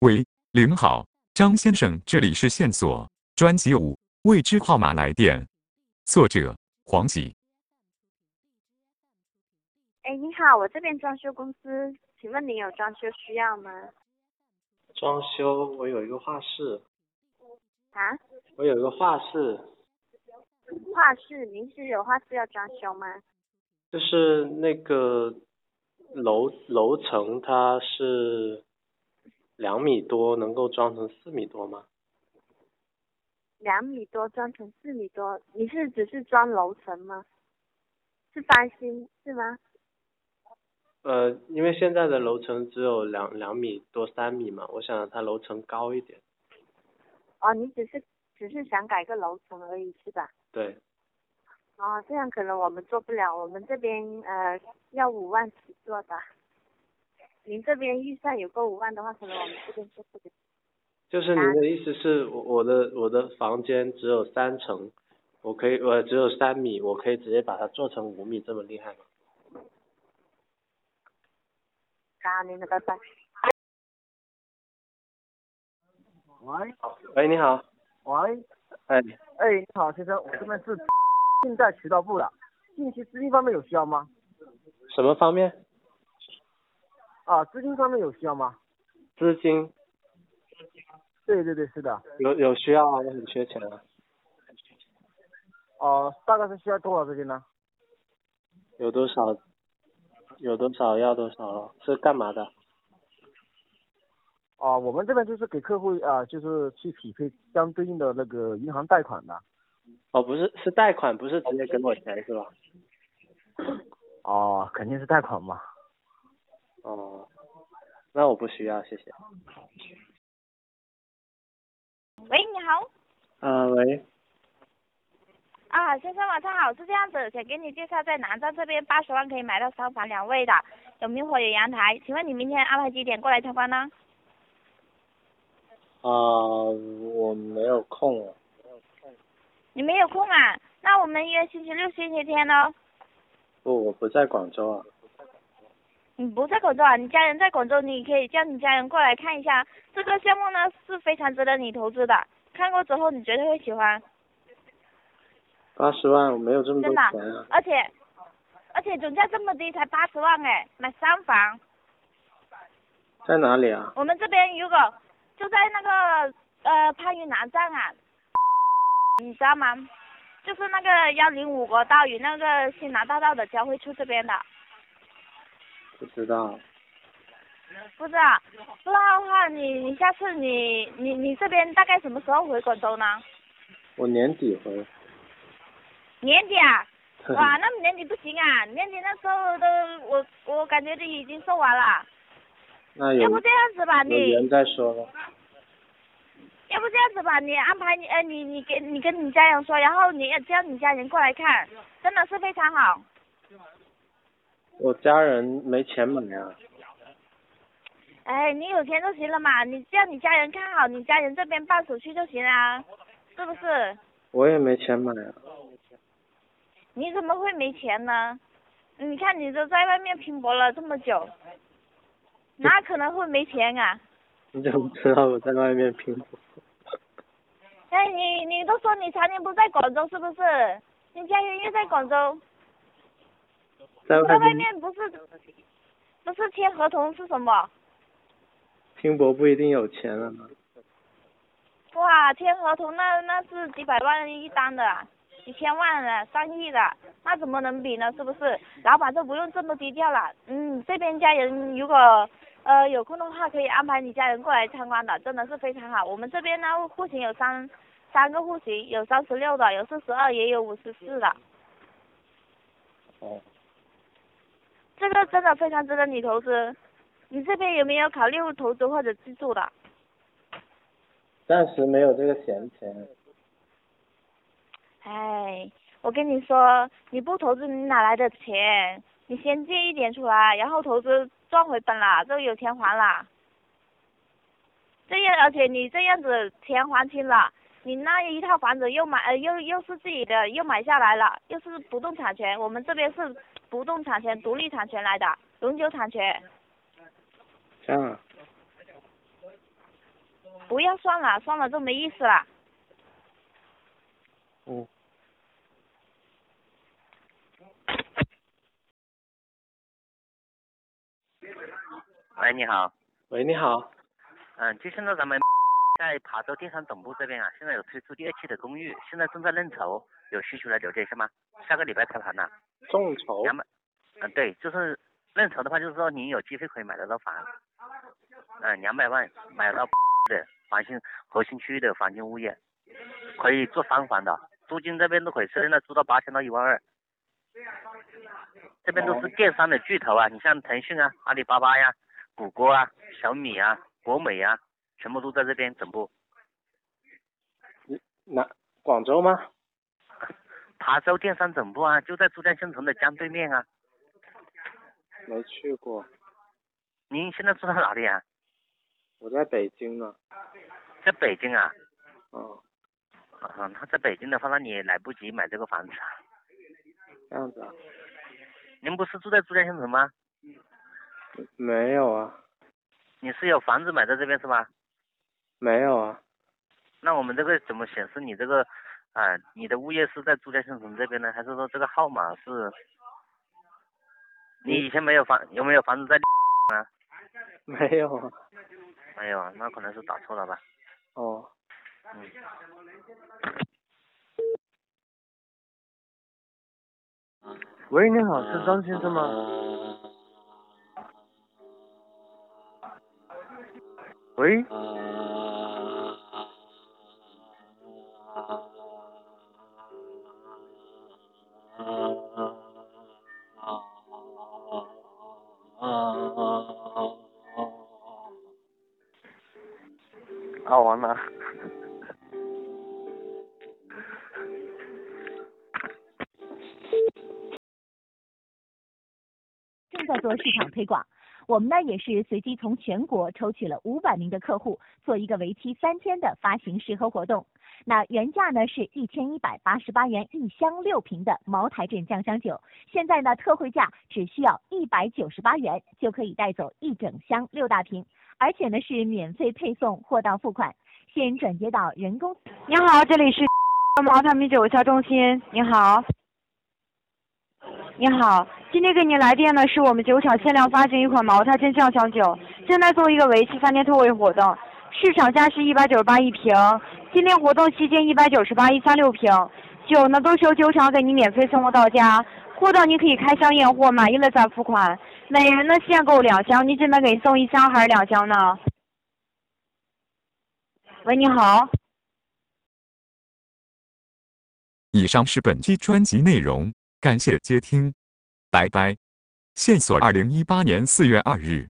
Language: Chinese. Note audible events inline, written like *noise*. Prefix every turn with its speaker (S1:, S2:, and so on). S1: 喂，您好，张先生，这里是线索专辑五，未知号码来电，作者黄喜。
S2: 哎，你好，我这边装修公司，请问您有装修需要吗？
S3: 装修，我有一个画室，
S2: 啊，
S3: 我有一个画室，
S2: 画室，您是有画室要装修吗？
S3: 就是那个楼楼层它是两米多，能够装成四米多吗？
S2: 两米多装成四米多，你是只是装楼层吗？是翻新是吗？
S3: 呃，因为现在的楼层只有两两米多三米嘛，我想它楼层高一点。
S2: 哦，你只是只是想改个楼层而已是吧？
S3: 对，
S2: 哦，这样可能我们做不了，我们这边呃要五万起做的。您这边预算有够五万的话，可能我们这边做不了。
S3: 就是
S2: 啊
S3: 您的意思是我我的我的房间只有三层，我可以呃我只有三米，我可以直接把它做成五米，这么厉害吗？
S2: 好，啊您的拜拜。
S4: 喂
S3: 喂，你好，
S4: 喂，
S3: 哎，
S4: 哎，你好，先生，我这边是信贷渠道部的，近期资金方面有需要吗？
S3: 什么方面？
S4: 啊，资金方面有需要吗？
S3: 资金
S4: 对对对，是的，
S3: 有有需要啊，我很缺钱啊，
S4: 哦、大概是需要多少资金呢？
S3: 有多少有多少要多少了，是干嘛的？
S4: 哦、我们这边就是给客户啊、就是去匹配相对应的那个银行贷款的。
S3: 哦，不是，是贷款，不是直接给我钱是吧？
S4: 哦、肯定是贷款嘛。
S3: 哦，那我不需要，谢谢。
S5: 喂，你好，
S3: 啊，喂，
S5: 啊，先生晚上好，是这样子，想给你介绍在南站这边八十万可以买到三房两卫的，有明火有阳台，请问你明天安排几点过来参观呢？
S3: 啊、我没有空啊。
S5: 你没有空啊？那我们约星期六、星期天哦呢？
S3: 不，我不在广州啊。
S5: 你不在广州啊？你家人在广州，你可以叫你家人过来看一下。这个项目呢是非常值得你投资的，看过之后你绝对会喜欢，
S3: 八十万，我没有这么多
S5: 真的
S3: 钱啊。。
S5: 而且，而且总价这么低，才八十万哎，买三房。
S3: 在哪里啊？
S5: 我们这边如果就在那个呃番禺南站啊， *laughs* 你知道吗？就是那个幺零五国道与那个新南大道的交汇处这边的，
S3: 不知道。
S5: 不知道不知道的话，你你下次你你你这边大概什么时候回广州呢？
S3: 我年底回。
S5: 年底啊？哇，那年底不行啊，年底那时候都我我感觉你已经售完了，
S3: 那
S5: 要
S3: 有
S5: 不这样子吧，
S3: 有
S5: 你
S3: 缘再说吧。
S5: 要不这样子吧，你安排你呃你你给你跟你家人说，然后你也叫你家人过来看，真的是非常好。
S3: 我家人没钱买啊。
S5: 哎，你有钱就行了嘛，你叫你家人看好，你家人这边办手续就行啦、是不是？
S3: 我也没钱买啊。
S5: 你怎么会没钱呢？你看你都在外面拼搏了这么久，哪可能会没钱啊？
S3: 你怎么知道我在外面拼搏？
S5: 哎，你你都说你常年不在广州是不是？你家人又在广州，
S3: 在
S5: 在
S3: 外
S5: 外
S3: 面
S5: 面不是不是签合同是什么？
S3: 拼搏不一定有钱啊。
S5: 哇，签合同那那是几百万一单的啊，几千万的，上亿的，那怎么能比呢？是不是？老板都不用这么低调了。嗯，这边家人如果呃有空的话，可以安排你家人过来参观的，真的是非常好。我们这边呢，户型有三三个户型，有三十六的，有四十二，也有五十四的。
S3: 哦，
S5: 这个真的非常值得你投资。你这边有没有考虑投资或者自住的？
S3: 暂时没有这个闲钱。
S5: 哎，我跟你说，你不投资你哪来的钱？你先借一点出来，然后投资赚回本了，就有钱还了。这样，而且你这样子钱还清了，你那一套房子又买，呃，又又是自己的，又买下来了，又是不动产权，我们这边是不动产权、独立产权来的，永久产权。
S3: 这样啊，
S5: 不要算了，算了就没意思了。
S3: 嗯。
S6: 喂，你好，
S3: 喂，你好，
S6: 嗯，就现在咱们在琶洲电商总部这边啊，现在有推出第二期的公寓，现在正在认筹，有需求来了解一下吗？下个礼拜开盘了，
S3: 众筹
S6: 两百，嗯，对，就是认筹的话，就是说你有机会可以买得到房，嗯，两百万买到的环新核心区域的黄金物业，可以做三房的，租金这边都可以，现在租到八千到一万二，这边都
S3: 哦
S6: 是电商的巨头啊，你像腾讯啊、阿里巴巴呀、谷歌啊、小米啊、国美啊，全部都在这边总部。
S3: 哪？嗯广州吗？
S6: *laughs* 琶洲电商总部啊，就在珠江新城的江对面啊。
S3: 没去过，
S6: 您现在住在哪里啊？
S3: 我在北京呢。
S6: 在北京啊。
S3: 嗯，
S6: 嗯，那在北京的话，那你来不及买这个房子啊。
S3: 这样子啊？
S6: 您不是住在珠江新城吗？
S3: 没有啊，
S6: 你是有房子买在这边是吧？
S3: 没有啊，
S6: 那我们这个怎么显示你这个啊、你的物业是在珠江新城这边呢，还是说这个号码是？你以前没有房，有没有房子在？
S3: 没有啊。
S6: 没有啊，那可能是打错了吧。
S3: 哦，
S4: 喂，你好，是张先生吗？喂，
S6: 啊，完了。
S7: 正在做市场推广。我们呢也是随机从全国抽取了五百名的客户，做一个为期三天的发行试喝活动。那原价呢是一千一百八十八元一箱六瓶的茅台镇酱香酒，现在呢特惠价只需要一百九十八元就可以带走一整箱六大瓶，而且呢是免费配送货到付款，现转接到人工。
S8: 您好，这里是 *laughs* 茅台米酒销中心。您好，您好，今天给您来电的是我们酒厂限量发行一款茅台真酱香酒，正在做一个为期三天特惠活动，市场价是一百九十八一瓶，今天活动期间一百九十八一三六瓶，酒呢都是由酒厂给您免费送货到家，货到您可以开箱验货，满意了再付款，每人呢限购两箱，您准备给您送一箱还是两箱呢？喂，你好。
S1: 以上是本期专辑内容，感谢接听，拜拜。线索：二零一八年四月二日。